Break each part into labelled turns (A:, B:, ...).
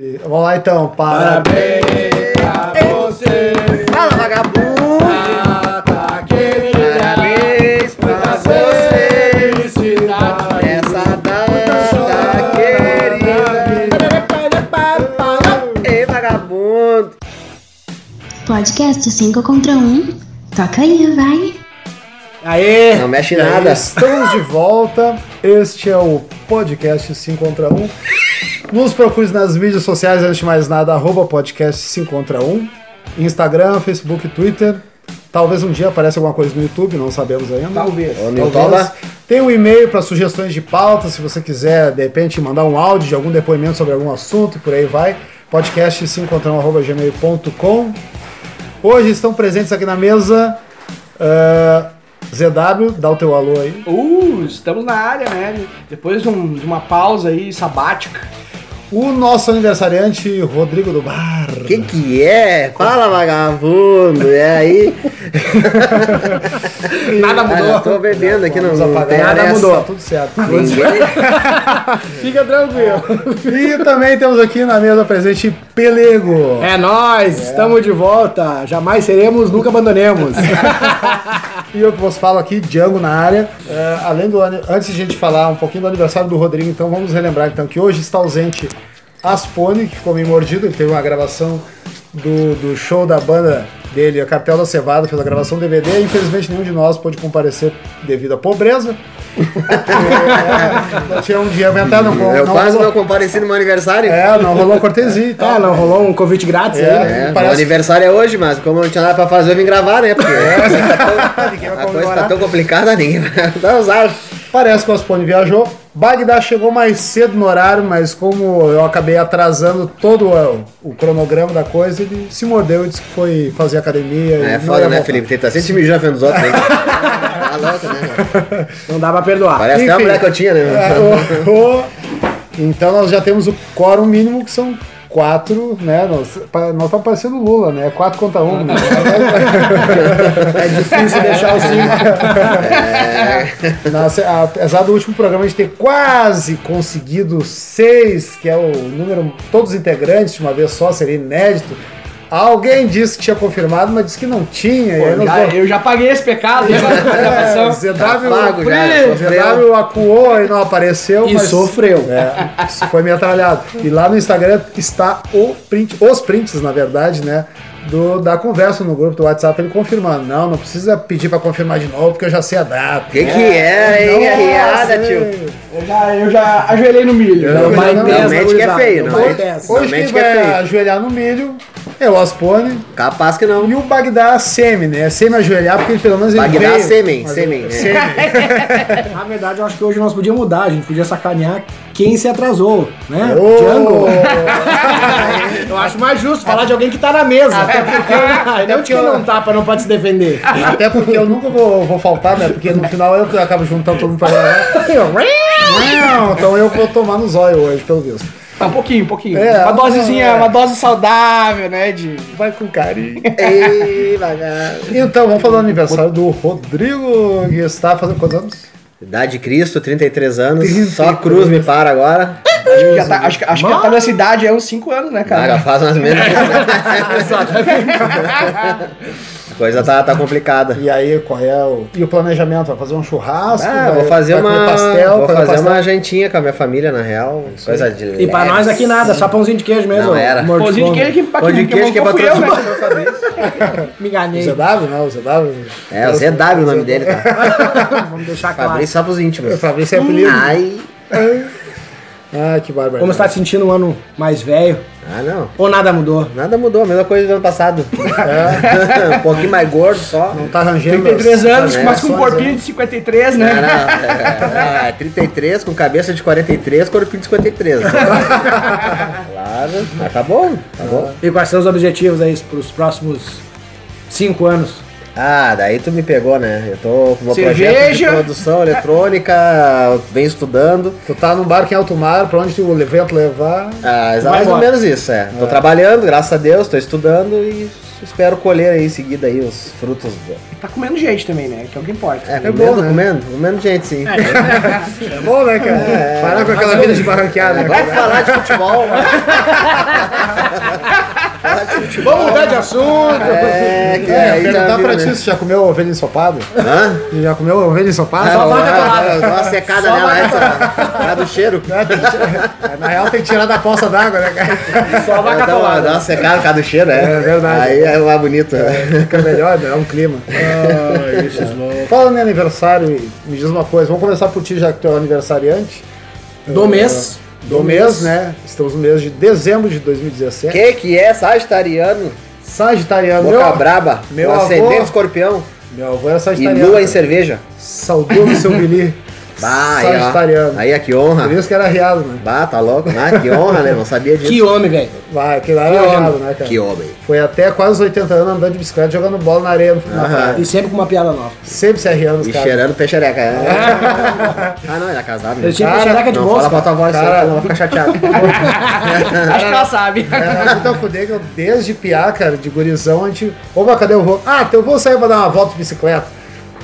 A: você. Vamos lá então, parabéns.
B: Parabéns pra você.
A: Fala, vagabundo!
B: Tá querida.
A: Parabéns pra
B: Muita
A: você.
B: felicidade.
A: Essa data querida. Ei, vagabundo!
C: Podcast 5 contra 1. Toca aí, vai.
D: Aê!
A: Não mexe
D: E aí?
A: nada.
D: Estamos de volta. Este é o podcast 5 contra 1. Nos procure nas mídias sociais, antes de mais nada, arroba podcast 5 contra 1. Instagram, Facebook, Twitter. Talvez um dia apareça alguma coisa no YouTube, não sabemos ainda.
B: Talvez.
A: Ô,
D: Talvez.
A: Niltoba,
D: Tem um e-mail para sugestões de pauta, se você quiser, de repente, mandar um áudio de algum depoimento sobre algum assunto, por aí vai. Podcast 5 gmail.com. Hoje estão presentes aqui na mesa ah, ZW, dá o teu alô aí.
B: Uh, estamos na área, né? Depois de, um- de uma pausa aí sabática.
D: O nosso aniversariante, Rodrigo do Bar.
A: que que é? Fala, vagabundo! E aí?
B: Nada
A: Cara, eu tô bebendo aqui, é não,
D: Vamos
A: não tem
D: apagar. Nada
A: essa.
D: mudou, tá tudo certo.
A: Ninguém...
B: Fica tranquilo.
D: e também temos aqui na mesa presente Pelego.
E: É nóis, estamos de volta. Jamais seremos, nunca abandonemos.
D: E eu que vos falo aqui, Django na área. É, além do ani- antes de a gente falar um pouquinho do aniversário do Rodrigo, então vamos relembrar então que hoje está ausente Aspone, que ficou meio mordido, ele teve uma gravação do, do show da banda dele, a Cartel da Cevada, fez a gravação DVD, infelizmente nenhum de nós pôde comparecer devido à pobreza. é, não tinha um dia aumentar, não, não,
A: Eu É, quase não
D: rolou,
A: compareci no meu aniversário.
D: é, não rolou cortesia e
E: É,
D: tal.
E: não rolou um convite grátis
D: É,
E: aí, né?
A: É, meu
D: parece-
A: aniversário é hoje, mas como eu não tinha nada pra fazer, eu vim gravar, né? Porque
D: É, tá Ninguém vai
A: a coisa tá
D: é comemorar.
A: tão complicada, né? ninguém vai vai usar.
D: Parece que o Aspone viajou. Bagdá chegou mais cedo no horário, mas como eu acabei atrasando todo o, o cronograma da coisa, ele se mordeu e disse que foi fazer academia. e
A: É
D: não
A: foda,
D: ia
A: né,
D: voltar.
A: Felipe? Tem tá sempre mijando vendo os outros aí. Tá louco, né?
E: Não dá pra perdoar.
A: Parece até uma
D: Enfim.
A: mulher que eu tinha,
D: É,
A: né?
D: o- o- Então nós já temos o quórum mínimo, que são quatro, né? Nós estamos parecendo Lula, né? Quatro contra um. né?
A: É difícil deixar o cinco.
D: Nossa, É. a- apesar do último programa a gente ter quase conseguido seis, que é o número, todos os integrantes de uma vez só, seria inédito. Alguém disse que tinha confirmado, mas disse que não tinha. e aí nós
B: Já- eu já paguei esse pecado, né?
E: Tá
B: na
D: é,
B: gravação.
D: ZW,
A: Tá pago já,
D: sofreu.
A: sofreu.
D: ZW acuou e não apareceu.
E: E
D: mas
E: sofreu.
D: É, isso foi metralhado. E lá no Instagram está o print, os prints, na verdade, né? do- da conversa no grupo do WhatsApp, ele confirmando. Não, não precisa pedir para confirmar de novo, porque eu já sei a data.
A: O que que é, hein? A riada,
D: Nossa,
A: tio.
B: Eu já, eu já ajoelhei no milho.
D: Não,
E: vai
D: não,
E: ter
D: não,
E: essa
A: realmente que é
E: gurizada,
A: feio,
D: né?
E: não
A: não.
E: vai
A: Hoje-
E: ter essa.
D: Hoje
A: Realmente
D: quem
A: que é
D: vai
A: feio.
D: ajoelhar no milho é o Aspone
A: Capaz que não.
D: e o Bagdá semi, né? Semi ajoelhar, porque pelo menos ele
A: Bagdá
D: veio.
A: sêmen,
D: Mas-
A: sêmen, é.
D: Sêmen.
E: Na verdade, eu acho que hoje nós podíamos mudar, a gente podia sacanear quem se atrasou, né?
D: Ô!
E: Django. Eu acho mais justo falar de alguém que tá na mesa. Até porque não tinha não tá pra não pode se defender.
D: Até porque eu nunca vou, vou faltar, né? Porque no final eu que acabo juntando todo mundo pra gravar. Não, então eu vou tomar no zóio hoje, pelo visto.
B: Tá, um pouquinho, um pouquinho.
D: É,
B: uma dosezinha,
D: é.
B: uma dose saudável, né? De.
D: Vai com carinho.
A: Ei, vagabundo.
D: Então, vamos falar do aniversário do Rodrigo, que está fazendo quantos anos?
A: Idade de Cristo, 33 anos.
D: 33.
A: Só a cruz me para agora.
B: Acho que já tá, acho, que- acho que já tá nessa idade aí uns 5 anos, né,
A: Cara,
B: cara?
A: faz umas menos. A coisa tá, tá complicada.
D: E aí, qual é o... E o planejamento? Vai fazer um churrasco?
A: Ah,
D: vai,
A: vou fazer
D: vai
A: uma.
D: comer pastel?
A: vou
D: comer
A: fazer
D: pastel?
A: uma jantinha com a minha família, na real. Coisa de.
E: E pra nós aqui nada, só pãozinho de queijo mesmo.
A: Não era.
E: morto de
B: Pãozinho de
E: fome.
B: queijo que pra
A: Pão de queijo que é
B: montou fui eu, né?
A: patrocinado pelo Fabrício.
E: Me
D: O
E: enganei.
D: ZW, né? O ZW.
A: É, o ZW o nome dele, tá?
E: Vamos deixar claro.
A: Fabrício só pros íntimos.
D: Fabrício é apelido.
A: Ai.
D: Ah, que bárbaro.
E: Como você tá se sentindo um ano mais velho?
A: Ah, não.
E: Ou nada mudou?
A: Nada mudou, a mesma coisa do ano passado. um pouquinho mais gordo só.
D: Não tá arranjando.
B: 33 anos,
A: Tá,
B: mas com
D: né?
B: um corpinho de 53,
A: Não,
B: né?
A: não, é, é, 33, com cabeça de 43, corpinho de 53. claro, mas tá bom, tá bom.
D: É.
E: E quais são os objetivos aí pros próximos cinco anos?
A: Ah, daí tu me pegou, né? Eu tô com um projeto de
B: Cerveja.
A: produção eletrônica, venho estudando.
D: Tu tá num barco em alto mar, pra onde o evento levar.
A: Ah,
E: Vai
A: mais ou
E: embora.
A: menos isso, é. Tô trabalhando, graças a Deus, tô estudando e espero colher aí em seguida aí os frutos do.
B: Tá comendo gente também, né? Que é o que importa.
A: É,
D: bom,
A: comendo,
D: né?
A: comendo, comendo gente sim. Tá
D: É bom, né, cara? Parar com aquela vida de barranqueada.
A: Vai falar de futebol,
E: Vamos mudar de assunto.
A: É, que
D: É,
A: aí já
D: perguntar
A: vira,
D: pra
A: né?
D: ti se já comeu ovelha ensopada?
A: Hã?
D: E Já comeu ovelha ensopada?
A: Só
D: Não,
A: vai
D: é.
A: dá, dá uma secada nela, essa. Lá do cheiro.
D: É, Na real tem que tirar da poça d'água, né, cara?
E: Só vai
A: dá, uma,
E: catolada.
A: dá uma secada por causa do cheiro, é.
D: É verdade.
A: Aí é mais bonito. né?
D: Fica melhor, né? É um clima. Falando em aniversário, me diz uma coisa, vamos começar por ti já que tu é o aniversariante.
E: Do mês.
D: Do mês, né? Estamos no mês de dezembro de 2017.
A: Que que é sagitariano?
D: Sagitariano.
A: Boca
D: Meu,
A: braba.
D: meu
A: o
D: avô-
A: ascendente escorpião.
D: meu avô era
A: E
D: sagitariano.
A: lua em cerveja.
D: Saudoso seu Billy.
A: Bah, aí, ó.
D: sagitariano.
A: Aí, ó, que honra.
D: Por isso que era riado, né?
A: Bah, tá louco. Ah, que honra, né? Não sabia disso.
E: Que homem, velho.
D: Vai, aquilo lá era
E: Que
D: riado, né, cara?
A: Que homem.
D: Foi até quase os 80 anos andando de bicicleta, jogando bola na areia no final.
A: Aham.
E: E sempre com uma piada nova.
D: Sempre se arriando os
A: E
D: caras.
A: cheirando peixereca. é. ah, não, era casado. Né?
E: Eu tinha
D: Cara,
E: xereca é de
A: Não,
E: bolsa.
A: fala pra tua voz,
D: Cara.
A: cara. Ela vai ficar chateada.
B: Acho que ela sabe.
D: Era muito a fuder que eu, desde piá, cara, de gurizão, a gente. Opa, cadê eu vou? Ah, então eu vou sair pra dar uma volta de bicicleta.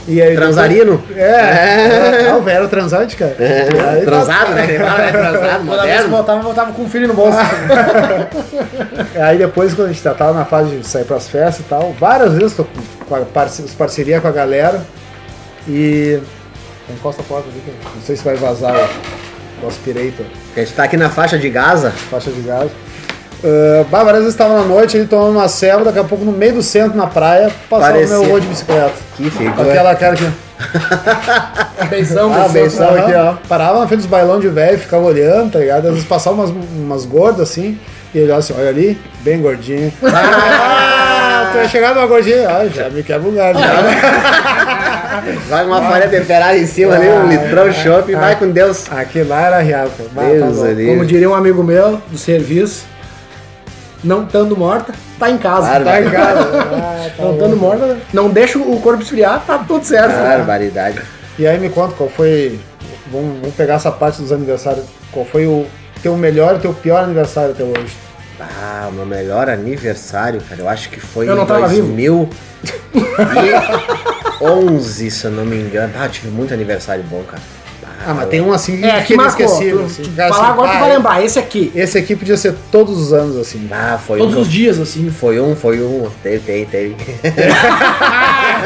D: E aí,
A: Transarino?
D: É, é. Não, velho, era transante, cara. Aí,
A: né? É, Transado, né? Ele fala, né? Transado,
E: Toda vez que
A: moderno.
E: voltava, voltava com um filho no bolso.
D: Aí depois, quando a gente tá, tava na fase de sair pras festas e tal, várias vezes tô com a parce- parceria com a galera e. Encosta a porta ali, cara. não sei se vai vazar o nosso pireito,
A: A gente tá aqui na faixa de Gaza.
D: faixa de gás. Uh, bah, várias vezes tava na noite, ele tomando uma ceva, daqui a pouco no meio do centro, na praia, passou o
A: Parecia.
D: meu voo de bicicleta.
A: Que fico.
D: Com aquela cara que.
E: Beijão,
D: Ah,
E: beijão.
D: benção aqui, ó. Parava na frente dos bailão de velho, ficava olhando, tá ligado? Às vezes passava umas, umas gordas assim, e ele olhava assim, olha ali, bem gordinho. Ah, tu ia chegar numa gordinha, ah, já né?" me quebra o galho.
A: Joga uma farinha temperada em cima ali,
E: Ah,
A: um litrão
E: tá,
A: de chopp e vai com Deus.
D: Aqui lá era real, cara. Bah, tá
A: Deus
D: louco.
A: ali.
E: Como diria um amigo meu do serviço, não estando morta, tá em casa.
A: Claro,
D: né?
E: tá em
A: velho.
E: casa.
D: Ah, tá
E: não estando morta, não deixa o corpo esfriar, tá tudo certo.
A: Barbaridade.
D: E aí me conta qual foi. Vamos, vamos pegar essa parte dos aniversários. Qual foi o teu melhor e teu pior aniversário até hoje?
A: Ah, o meu melhor aniversário, cara, eu acho que foi
E: Eu não
A: em
E: tava vivo.
A: 2011, se eu não me engano. Ah, eu tive muito aniversário bom, cara.
D: Ah, mas tem um assim
E: É, que marcou.
D: inesquecível.
E: Tu-
D: assim,
E: tu
D: cara,
E: falar
D: assim,
E: agora tu
D: bah,
E: vai lembrar, esse aqui.
D: Esse aqui podia ser todos os anos, assim.
A: Ah, foi
B: Todos
A: um.
B: os dias, assim.
A: Foi um, foi um. Teve, teve, teve.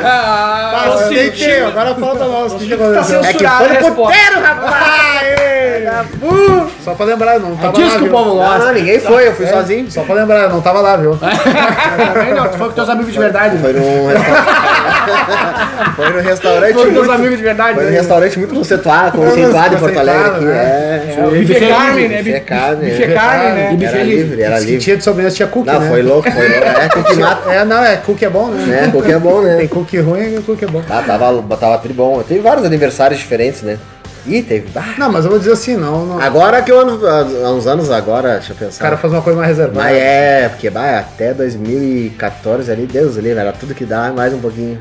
D: Ah, eu
E: tá
D: sei que- agora falta nós. O que que aconteceu? É
A: É que
B: Censurada
A: foi
B: a
A: no
B: resposta.
A: puteiro, rapaz!
D: Só pra lembrar, eu não tava lá.
E: Diz que o
D: viu? É,
E: povo
A: Não,
E: gosta.
A: não, ninguém foi,
E: é.
A: eu fui sozinho.
D: Só pra lembrar, eu não tava lá, viu?
E: Também É, não, tu foi com teus amigos de verdade. né?
A: Foi num restaurante. foi num restaurante.
E: Foi com teus
A: muito-
E: amigos de verdade. né?
A: Foi num restaurante muito conceituado, conceituado em Porto Alegre.
D: Conceituado,
A: aqui,
D: né?
A: é.
B: E
E: Buffet
B: Bife carne,
E: livre,
B: né?
A: Buffet
B: Bife
A: carne,
B: bife
A: né?
B: carne, né?
E: E bife é
A: Era
E: livre.
A: livre, era
D: Se
A: livre.
D: tinha de sobremesa, tinha cookie,
A: Não,
D: né?
A: foi louco, foi louco. É, cookie mata,
D: É, não, é cookie é bom, né?
A: né? Cookie é bom, né?
D: Tem cookie ruim e cookie é bom.
A: Ah, tava, tava tri bom. Teve vários aniversários diferentes, né? Ih, teve. Ah,
D: Não, mas eu vou dizer assim, não. não.
A: agora que eu ando, há uns anos agora, deixa eu
D: O
A: pensar.
D: cara faz uma coisa mais reservada.
A: Mas é, porque vai até 2014 ali, Deus livre, era tudo que dá, mais um pouquinho.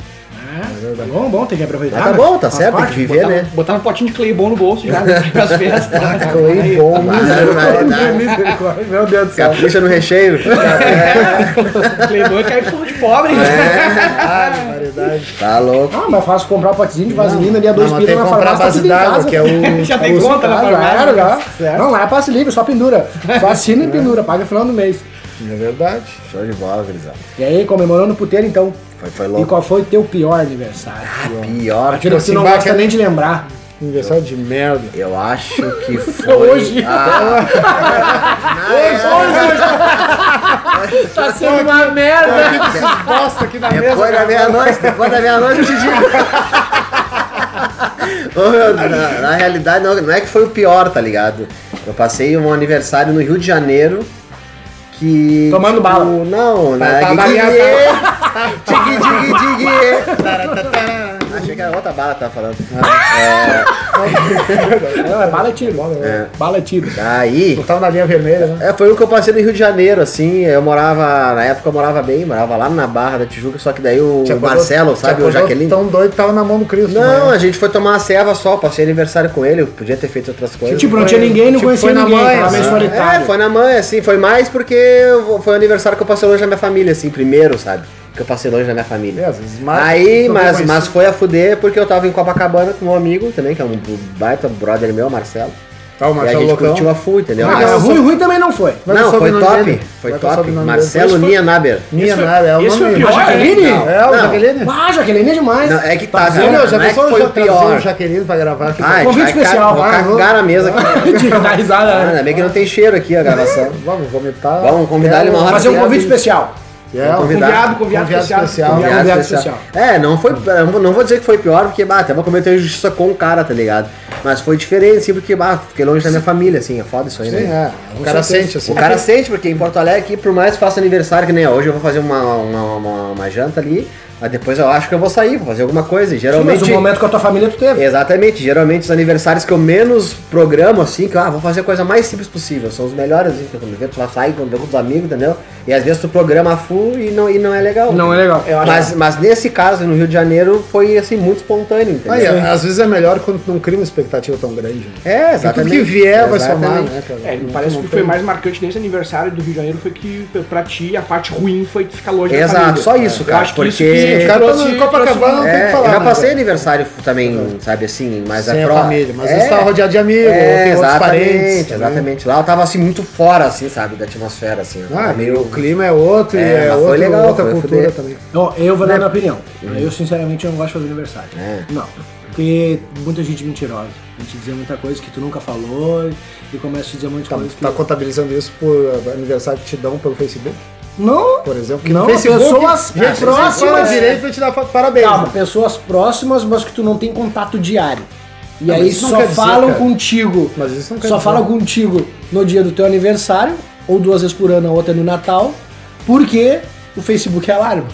E: Ah, Tá bom, bom, tem que aproveitar.
A: Mas tá
E: né?
A: bom, tá
E: Faz
A: certo, tem
E: parte.
A: que viver, né?
B: Botar um potinho de Claybon no bolso já, né? Pras festas.
D: Clay bom,
A: Barbaridade.
D: misericórdia. Meu Deus do céu.
A: Capricha no recheio.
B: Claybon é cair por de pobre. né?
D: Barbaridade.
A: Tá louco.
E: Ah, mas fácil comprar um patezinho de vaselina ali a dois
D: Não, mas tem
E: pilas
D: que
E: na
D: comprar
E: farmácia, tá
D: base
E: tudo em
D: d'água,
E: casa.
D: que é o.
B: Já tem
D: o-
B: conta na
E: Ah,
B: farmácia.
E: Claro, já. Não, lá é passe livre, só pendura. Só assina e pendura, paga final do mês.
D: É verdade.
A: Show de bola, gurizada.
E: E aí, comemorando no puteiro, então.
A: Foi, foi
E: E
A: louco. Ah,
E: qual foi o teu pior aniversário?
A: Pior é que
E: Aquele que tu não
D: assim,
E: gosta
D: bacana.
E: nem de lembrar.
D: Aniversário de merda.
A: eu acho que foi.
E: Hoje. é
A: Ah,
E: Tá
A: Ah,
E: sendo uma merda!
D: Bosta aqui na
A: depois da meia-noite, depois da meia-noite eu te digo. Ô, meu, na, na realidade, não, não é que foi o pior, tá ligado? Eu passei um aniversário no Rio de Janeiro que. tipo,
E: Tomando bala.
A: Não, né?
D: Tá, tá,
A: Guigui,
D: tá,
A: Digui, digui, digui. Achei que era outra bala que tava falando.
E: Não, é bala é tiro. Bala é tiro.
A: Daí.
D: Eu tava na linha vermelha, né?
A: É, foi o que eu passei no Rio de Janeiro, assim, eu morava, na época eu morava bem, morava lá na Barra da Tijuca, só que daí o
D: Te acordou-
A: Marcelo,
D: te
A: sabe, o
D: acordou Então
A: Jaqueline...
D: Tão doido que tava na mão do Cristo.
A: Não,
D: mano.
A: a gente foi tomar uma ceva só, passei aniversário com ele, eu podia ter feito outras coisas.
E: Tipo, não tinha ninguém, não
D: Tipo,
E: conhecia
D: foi na
E: ninguém.
D: mãe,
E: Tava meio
D: assim.
A: É,
E: solitário.
A: foi na mãe, assim, foi mais porque eu- foi o aniversário que eu passei longe da minha família, assim, primeiro, sabe? Que eu passei longe da minha família.
D: É, às vezes marca,
A: Aí,
D: não
A: mas,
D: conhecia.
A: mas foi a fuder porque eu tava em Copacabana com um amigo também, que é um baita brother meu, Marcelo.
D: Tá, o
A: E a
D: Marcelo
A: gente
D: Locão. é
A: curtiu a full, entendeu?
E: Ah,
A: Mas-
E: cara, ruim, ruim também não foi.
D: Vai
A: não,
D: com o
A: foi
D: sobrenome
A: top,
D: dele.
A: foi
D: Vai com o
A: top.
D: sobrenome
A: Marcelo
D: dele.
A: Nienaber.
D: Minha
B: Isso foi-
D: nave, é o
B: isso foi
D: nome dele.
E: A
B: pior,
E: Jaqueline?
A: Não.
D: É, o
A: Não.
D: Jaqueline.
E: Ah, Jaqueline é demais.
A: Não, é que tá,
D: Tá vendo? Já
A: cara, não é que
D: pensou
A: foi o
D: trazer o
A: pior.
D: Jaqueline pra gravar aqui?
A: Ai,
E: Convite
A: vai ca-
E: especial,
A: vou
E: vai, vamos.
A: cagar a mesa aqui.
E: Dá risada,
A: Ah,
E: né?
A: Ainda bem que não tem cheiro aqui a gravação.
D: Vamos vomitar.
A: Vamos convidar ele uma hora.
E: Fazer um
A: Convidado.
E: convite especial.
D: É,
A: Vamos convidar.
B: Conviado, conviado
D: Conviado
B: especial.
D: especial.
B: Conviado.
E: Obrigado,
A: Obrigado,
E: especial. Tipo,
A: especial. É, não foi. eu Não vou dizer que foi pior, porque bah, até vou cometer justiça com o cara, tá ligado? Mas foi diferente, assim, porque bah, fiquei longe da minha família, assim, é foda isso aí,
D: Sim,
A: né?
D: é. O cara
E: certeza.
D: sente assim.
A: O cara sente, porque em Porto Alegre, aqui, por mais que faça aniversário, que nem é hoje eu vou fazer uma, uma, uma- uma janta ali, mas depois eu acho que eu vou sair, vou fazer alguma coisa. E
E: Mas
A: geralmente.
E: assim, o momento com a tua família tu
A: É.
E: teve.
A: Exatamente, geralmente os aniversários que eu menos programo, assim, que ah, vou fazer a coisa mais simples possível, são os melhores, assim, que quando vê, tu lá sai, quando vê com os amigos, entendeu? E às vezes tu programa full e não, e não é legal.
E: Não é legal.
A: Eu acho mas, que- mas nesse caso, no Rio de Janeiro, foi assim, muito espontâneo, entendeu?
D: Aí, às vezes é melhor quando tu não cria uma expectativa tão grande. né?
A: é,
D: Porque Tudo
A: exatamente.
D: que vier vai
A: Exatamente.
D: somar, né, cara?
B: É, me parece que o que foi mais marcante nesse aniversário do Rio de Janeiro foi que, pra ti, a parte ruim foi tu ficar longe
A: Exato,
B: da família.
A: só isso,
B: Eu
A: cara,
B: acho que
A: porque-
B: isso que
D: O cara tá
B: trouxe-
D: no Copacabana, não tem
B: trouxe-
D: o
A: É,
D: que falar.
A: eu já
D: né,
A: passei
D: cara?
A: aniversário também, sabe assim, mas
D: Sem a
A: pro-
D: família, mas
A: é,
D: você tá rodeado de amigos,
A: é,
D: tem outros
A: exatamente,
D: parentes. né?
A: exatamente. Lá eu tava assim, muito fora, assim, sabe, da atmosfera, assim. ó.
D: Ah,
A: Tava meio
D: o clima é outro, e
A: É,
D: é,
A: mas foi
D: outro,
A: legal,
D: outra
A: foi
D: cultura
A: fuder.
D: também.
E: Ó, eu
D: Né?
E: vou dar minha opinião.
D: Uhum.
E: Eu, sinceramente, eu não gosto de fazer aniversário.
D: É.
E: Não. Porque muita gente é mentirosa. A gente dizia muita coisa que tu nunca falou e começa a dizer muita
D: Tá,
E: coisa que...
D: tá contabilizando isso por eh, aniversário que te dão pelo Facebook,
E: Não!
D: por exemplo. Que
E: Não,
D: no Facebook,
E: pessoas
D: gente, você
E: próximas. é.
D: fala direito vai te dar fa- parabéns.
E: Calma,
D: né?
E: pessoas próximas, mas que tu não tem contato diário. E
D: Não,
E: aí
D: mas isso não
E: só
D: quer dizer,
E: falam
D: cara.
E: contigo.
D: Mas isso não quer
E: Só
D: dizer.
E: falam contigo no dia do teu aniversário, ou duas vezes por ano, a outra é no Natal, porque o Facebook é alarma.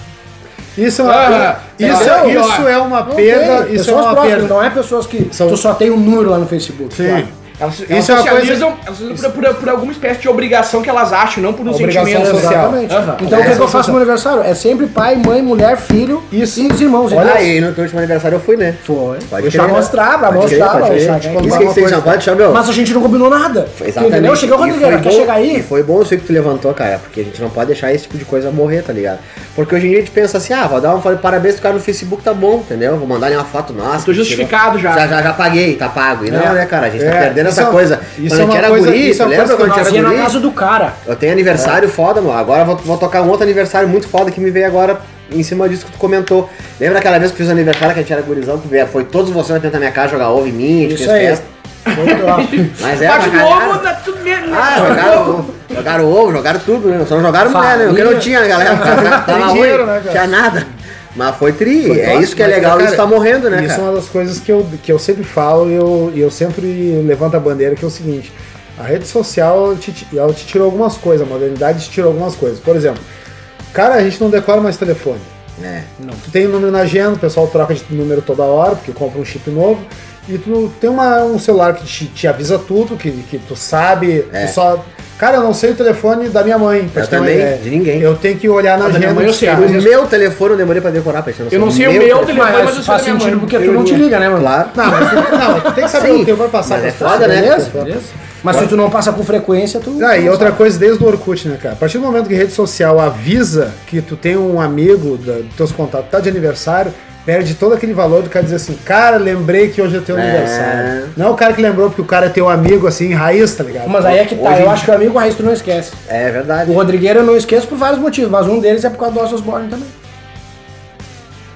D: Isso é uma,
B: Ah,
D: isso,
E: tá.
D: isso é uma perda, isso é
E: pessoas
D: uma
E: próximas,
D: perda.
E: não é pessoas que
D: São-
E: tu só tem um número lá no Facebook.
D: Sim.
B: Elas,
D: Isso
B: elas
D: é uma coisa-
B: socializam, elas socializam por, por- por alguma espécie de obrigação que elas acham, não por um
D: Obrigação
B: sentimento
D: social.
B: social.
E: Exatamente.
B: Aham.
E: Então o que,
D: É,
E: é que eu faço
D: sensação.
E: no meu aniversário? É sempre pai, mãe, mulher, filho
D: Isso.
E: e os irmãos.
A: Olha
E: irmãs.
A: aí, no teu último aniversário eu fui, né?
E: Foi.
A: Pode
E: Deixa
A: crer,
E: eu
A: né?
E: mostrar, pra
A: Pode crer,
E: mostrar,
A: pode
E: pra
A: crer.
E: mostrar, te contar
A: Isso
E: uma
A: que você já
E: coisa.
A: pode, Xabel.
E: Mas a gente não combinou nada.
A: Exatamente.
E: Entendeu? Chegou o
A: E
E: Rodrigo,
A: foi
E: quer
A: bom-
E: chegar
A: E
E: aí?
A: foi bom isso que tu levantou, cara, porque a gente não pode deixar esse tipo de coisa morrer, tá ligado? Porque hoje em dia a gente pensa assim, ah, vou dar um parabéns pro cara no Facebook, tá bom, entendeu? Vou mandar ali uma foto nossa.
B: Tô justificado
A: chegou-
B: já.
A: Já, já, já paguei, tá pago. E não,
E: É.
A: né, cara, a gente tá
D: É.
A: perdendo
D: Isso
A: essa
D: é- isso
A: coisa. quando
D: é
A: a gente
D: uma
A: era
D: coisa-
A: guri,
D: isso é
A: tu
D: uma
A: lembra
D: coisa que
A: quando a
E: Nós
A: gente
E: ia
A: era
E: assim na
A: guri?
E: casa do cara.
A: Eu tenho aniversário foda, mano. Agora eu vou, vou tocar um outro aniversário muito foda que me veio agora em cima disso que tu comentou. Lembra aquela vez que fiz aniversário que a gente era gurizão, que veio, foi todos vocês na frente da minha casa jogar ovo em mim, a gente
E: Isso
A: fez
E: aí.
A: festa.
E: Muito lá.
A: É, Mas era
B: Mas de
A: pra caralho.
B: novo, dá tudo né? mesmo.
A: Ah, jogaram, ovo, jogaram ovo, jogaram tudo, né? Só não jogaram
E: Farinha.
A: mulher, né? Porque não tinha, né, galera. Tava, tava ruim,
D: dinheiro, né, cara?
A: tinha nada. Mas foi tri,
D: Foi
A: é
D: top,
A: isso que é
D: mas,
A: legal,
D: cara,
A: isso tá morrendo, né,
D: Isso é
A: cara?
D: uma das coisas que eu, que eu sempre falo e eu, e eu sempre levanto a bandeira, que é o seguinte. A rede social, ela te, ela te tirou algumas coisas, a modernidade te tirou algumas coisas. Por exemplo, cara, a gente não decora mais telefone.
A: É.
D: Tu tem o número na agenda, o pessoal troca de número toda hora, porque compra um chip novo. E tu tem uma- um celular que te, te avisa tudo, que, que tu sabe,
A: É.
D: tu só... Cara, eu não sei o telefone da minha mãe, pra
A: Eu
D: te ter uma
A: também,
D: ideia.
A: de ninguém.
D: Eu tenho que olhar na
B: Ah, da minha
D: agenda.
B: mãe eu
D: dos
B: sei,
D: caras.
A: O meu telefone eu demorei pra decorar, pra
B: Eu não sei o meu telefone, mas eu sei
E: faz
B: da minha
E: sentido
B: mãe.
E: porque tu não te liga, né, mano?
A: Claro.
D: Não, mas tu- não, tu tem que saber
A: Sim,
D: o tempo vai passar.
A: mas
D: pra
A: é
D: frente,
A: foda, né?
D: beleza?
E: Beleza? Mas se tu não passa com frequência, tu.
D: Ah, e outra coisa desde o Orkut, né, cara? A partir do momento que a rede social avisa que tu tem um amigo da- dos teus contatos, tá de aniversário, perde todo aquele valor do cara dizer assim, cara, lembrei que hoje é teu
A: É.
D: aniversário. Não é o cara que lembrou porque o cara é teu amigo, assim, raiz, tá ligado?
E: Mas aí é que tá.
A: Hoje-
E: Eu acho que o amigo Raiz tu não esquece.
A: É verdade.
E: O Rodrigueiro eu não esqueço por vários motivos, mas um deles é por causa do Ozzy Osbourne também.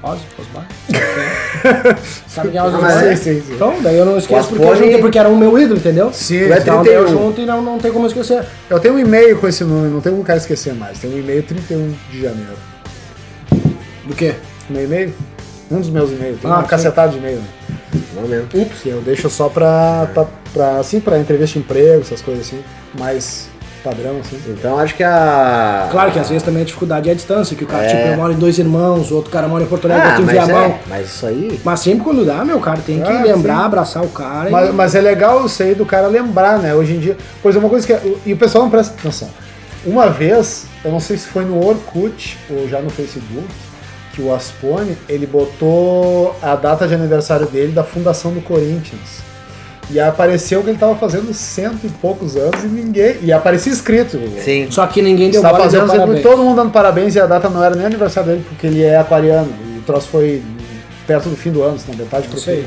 E: Ozzy Osbourne? Sabe quem é Ozzy
A: Ah, mas
E: Osbourne?
D: sim, sim, sim.
E: Então, daí eu não esqueço porque, eu
A: Osbourne-
E: juntei, porque era o meu ídolo, entendeu?
D: Sim,
A: tu é
E: Então, daí eu
A: 31.
E: junto e não, não tem como esquecer.
D: um. Eu tenho um e-mail com esse nome, não tem como o cara esquecer mais. Tem um e-mail 31 de janeiro.
E: Do quê?
D: Meu e-mail? Um dos meus e-mails. Tem
E: Ah,
D: uma
E: sim.
D: cacetada de e-mail, né?
A: Não mesmo.
D: Que eu deixo só pra, pra, pra, assim, pra entrevista de emprego, essas coisas assim, mais padrão, assim.
A: Então acho que a.
E: Claro que às vezes também a dificuldade é a distância, que o cara,
A: É.
E: tipo, mora em dois irmãos, né, o outro cara mora em Porto Alegre,
A: Ah,
E: outro em
A: mas,
E: Viamão.
A: é, mas isso aí.
E: Mas sempre quando dá, meu cara, tem que
D: Ah,
E: lembrar,
D: sim.
E: abraçar o cara. e-
D: Mas, mas é legal isso aí do cara lembrar, né? Hoje em dia. Pois é, uma coisa que. E o pessoal não presta atenção. Uma vez, eu não sei se foi no Orkut ou já no Facebook, que o Aspone ele botou a data de aniversário dele da fundação do Corinthians. E apareceu que ele tava fazendo cento e poucos anos e ninguém. E aparecia escrito.
A: Sim.
E: Só que ninguém deu
D: Está
E: bola,
D: tá fazendo
E: deu
D: sempre
E: parabéns.
D: todo mundo dando parabéns e a data não era nem aniversário dele, porque ele é aquariano. E o troço foi perto do fim do ano, se não metade pro
E: Isso aí.
D: fim.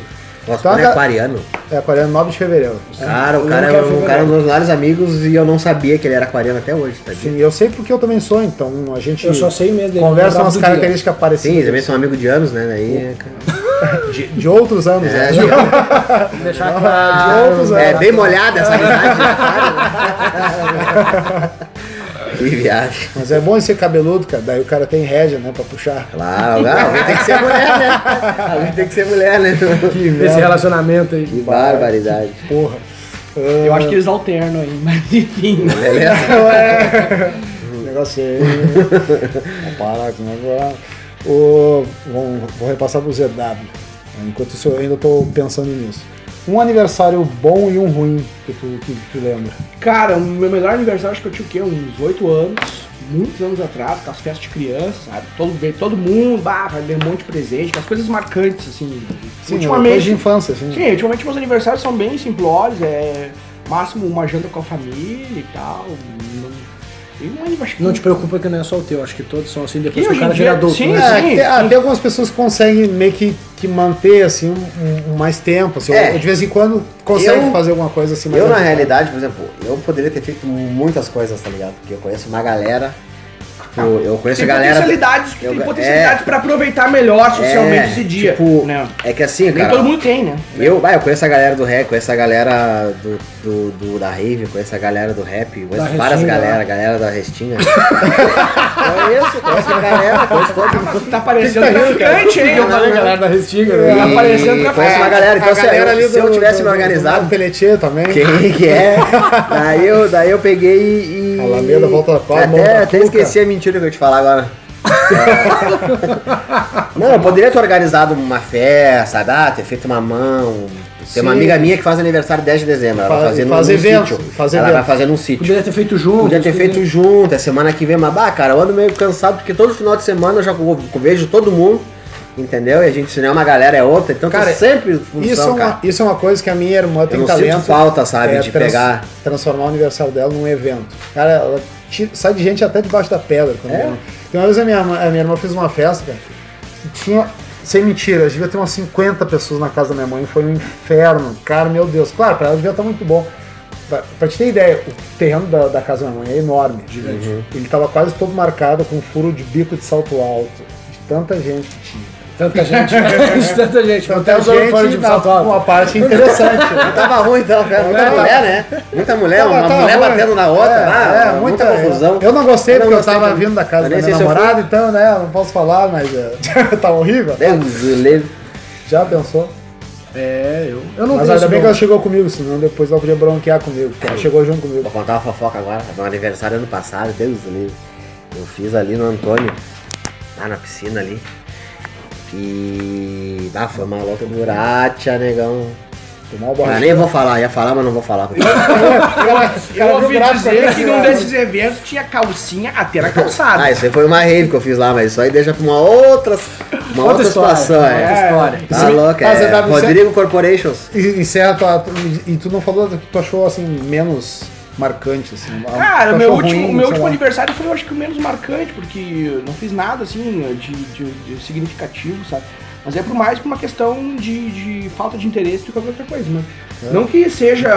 A: Nossa,
D: Então,
A: quando é
D: cara-
A: aquariano.
D: É, 49 de fevereiro.
A: Cara, o
D: Eu
A: cara,
D: nunca
A: é
D: fui
A: um, o
D: pra
A: cara é um
D: lá.
A: dos meus melhores amigos e eu não sabia que ele era aquariano até hoje, tá
D: Sim, eu sei porque eu também sou, então a gente
E: Eu só sei mesmo dele,
D: conversa
E: lembrava
D: umas
E: um do dia.
D: características
A: Sim, também
D: parecidas
A: são amigos de anos, né? Daí, é, cara,
D: de, de outros anos. né?
A: é, de-
E: Deixar
D: de outros anos.
A: é bem molhada essa amizade. né, cara? que viagem.
D: Mas é bom ser cabeludo, cara. Daí o cara tem rédea, né, pra puxar.
A: Claro, não, alguém tem que ser mulher, né? Alguém tem que ser mulher, né?
D: Que
E: Esse
D: merda,
E: relacionamento aí.
A: Que barbaridade.
D: porra.
B: Eu acho que eles alternam aí, mas enfim. né?
A: Beleza?
D: O negócio é. um Vamos parar com o negócio. O- Vou, vou repassar pro ZW. Enquanto isso, eu ainda tô pensando nisso. Um aniversário bom e um ruim que tu, que tu lembra.
B: Cara, o meu melhor aniversário acho que eu tinha o quê? Uns 8 anos, muitos anos atrás, com as festas de criança, sabe? Todo, veio todo mundo, bah, vai deu um monte de presente, com as coisas marcantes, assim.
D: coisa de infância, assim.
B: Sim, ultimamente meus aniversários são bem simplórios, é máximo uma janta com a família e tal. Não, e não, é- acho que
E: Não te
A: tipo,
E: preocupa que não é só o teu, acho que todos são assim, depois que
B: Que
E: o
B: hoje
E: cara
B: em
E: vira
B: dia-
E: adulto,
B: sim,
E: né?
D: É,
B: sim.
D: tem, ah, tem algumas pessoas que conseguem meio que, que manter assim um, um mais tempo. Assim,
A: É.
D: ou de vez em quando consegue
A: Eu-
D: fazer alguma coisa assim, mas
A: Eu, na
D: é-
A: realidade, por exemplo, eu poderia ter feito muitas coisas, tá ligado? Porque eu conheço uma galera. tipo, eu conheço
B: tem
A: a galera.
B: potencialidades,
A: eu-
B: tem potencialidades pra aproveitar melhor socialmente
A: É,
B: esse dia.
A: tipo,
B: né?
A: É que assim,
B: Nem
A: cara.
B: todo mundo tem, né?
A: Eu, vai, eu conheço a galera do rap, conheço a galera do, do, do- da rave, conheço a galera do rap, conheço
E: Da
A: várias
E: Restinga,
A: galera,
E: né?
A: galera da restinga. conheço, conheço a galera, conheço todo
B: Ah,
A: mundo.
B: mas tu tá parecendo traficante, hein?
E: Eu falei, galera da Restinga,
A: E
E: né?
B: aparecendo pra
A: conheço uma galera, então
D: Tá a
A: se,
D: galera
A: eu,
D: ali
A: se eu
D: do-
A: tivesse
D: do-
A: me
D: do- do
A: organizado,
D: Pelletier também.
A: quem que é? Daí eu, daí eu peguei e.
D: A Alameda volta da Copa, mão
A: Até,
D: da
A: até
D: Cuca.
A: esqueci a mentira que eu ia te falar agora. É. Não, eu poderia ter organizado uma festa, ah, ter feito uma mão. Tem uma
D: Sim.
A: amiga minha que faz aniversário 10 de dezembro. Ela vai
D: Faz-
A: fazer num,
D: faz
A: num
D: evento,
A: sítio.
D: faz
A: ela
D: evento.
A: vai fazer num sítio.
E: Poderia ter feito junto.
A: Podia ter feito
E: junto.
A: junto, é semana que vem, mas bah, cara, eu ando meio cansado porque todo final de semana eu já co- vejo todo mundo, entendeu? E a gente, se não é uma galera, é outra, então tá
D: Cara,
A: sempre em função,
D: Isso é, uma,
A: cara.
D: isso é uma coisa que a minha irmã tem
A: não sinto
D: talento. é,
A: falta, sabe, de pegar.
D: Transformar o aniversário dela num evento. Cara, ela tira- sai de gente até debaixo da pedra. Quando
A: É?
D: ela- Tem uma vez a minha, ma- a minha irmã fez uma festa, cara. e Tinha. Sem mentira, devia ter umas 50 pessoas na casa da minha mãe. Foi um inferno. Cara, meu Deus. Claro, pra ela devia estar muito bom. Pra, pra te ter ideia, o terreno da, da casa da minha mãe é enorme.
E: Gigante.
A: Uhum.
D: Ele tava quase todo marcado com um furo de bico de salto alto. De tanta gente que tinha.
E: Tanta gente. Tanta gente.
A: Então,
E: Até os homens foram de
D: na-
E: salto alto.
D: Uma parte interessante. né?
A: Não tava ruim então, cara. Muita
D: É,
A: mulher, né? Muita mulher,
D: Tava-
A: uma
D: tava
A: mulher
D: ruim.
A: batendo na outra,
D: É,
A: ah,
D: é,
A: muita, confusão.
D: Eu não gostei
A: Eu não
D: porque
A: gostei
D: eu tava
A: também.
D: vindo da casa
A: Eu
D: da
A: nem
D: minha
A: sei se eu
D: namorada, então, né, eu não posso falar, mas é, tava horrível.
A: Deus livre.
D: Já pensou?
E: É, eu. Eu não
D: mas
E: tenho
D: ainda
E: isso,
D: bem que
E: não.
D: ela chegou comigo, senão depois ela podia bronquear comigo, porque ela chegou junto comigo.
A: Vou contar uma fofoca agora. Meu aniversário ano passado, Deus do livre. Eu fiz ali no Antônio, lá na piscina ali. E. Ah, foi uma louca buracha, negão.
D: Tomar uma
A: Ah,
D: borracha.
A: nem vou falar, ia falar, mas não vou falar. porque-
B: Eu
D: viu
B: ouvi
D: o gráfico
B: dizer
D: ali,
B: que
D: cara.
B: num desses eventos tinha calcinha até na calçada.
A: Ah, isso aí foi uma rave que eu fiz lá, mas isso aí deixa pra uma outra, uma outra, situação.
E: Outra
A: É.
E: história.
A: Tá
D: Sim.
A: louco,
D: Ah,
A: é.
D: ZW, você-
A: Rodrigo Corporations.
D: E, encerra tua, tu- e tu não falou do que tu achou assim menos marcante, assim.
B: Cara,
D: tu
B: meu
D: achou
B: último,
D: ruim,
B: meu
D: sei
B: último
D: lá.
B: aniversário foi, eu acho que o menos marcante, porque eu não fiz nada, assim, de, de- de significativo, sabe? Mas é por mais por uma questão de, de falta de interesse do que qualquer outra coisa, né?
D: É.
B: Não que seja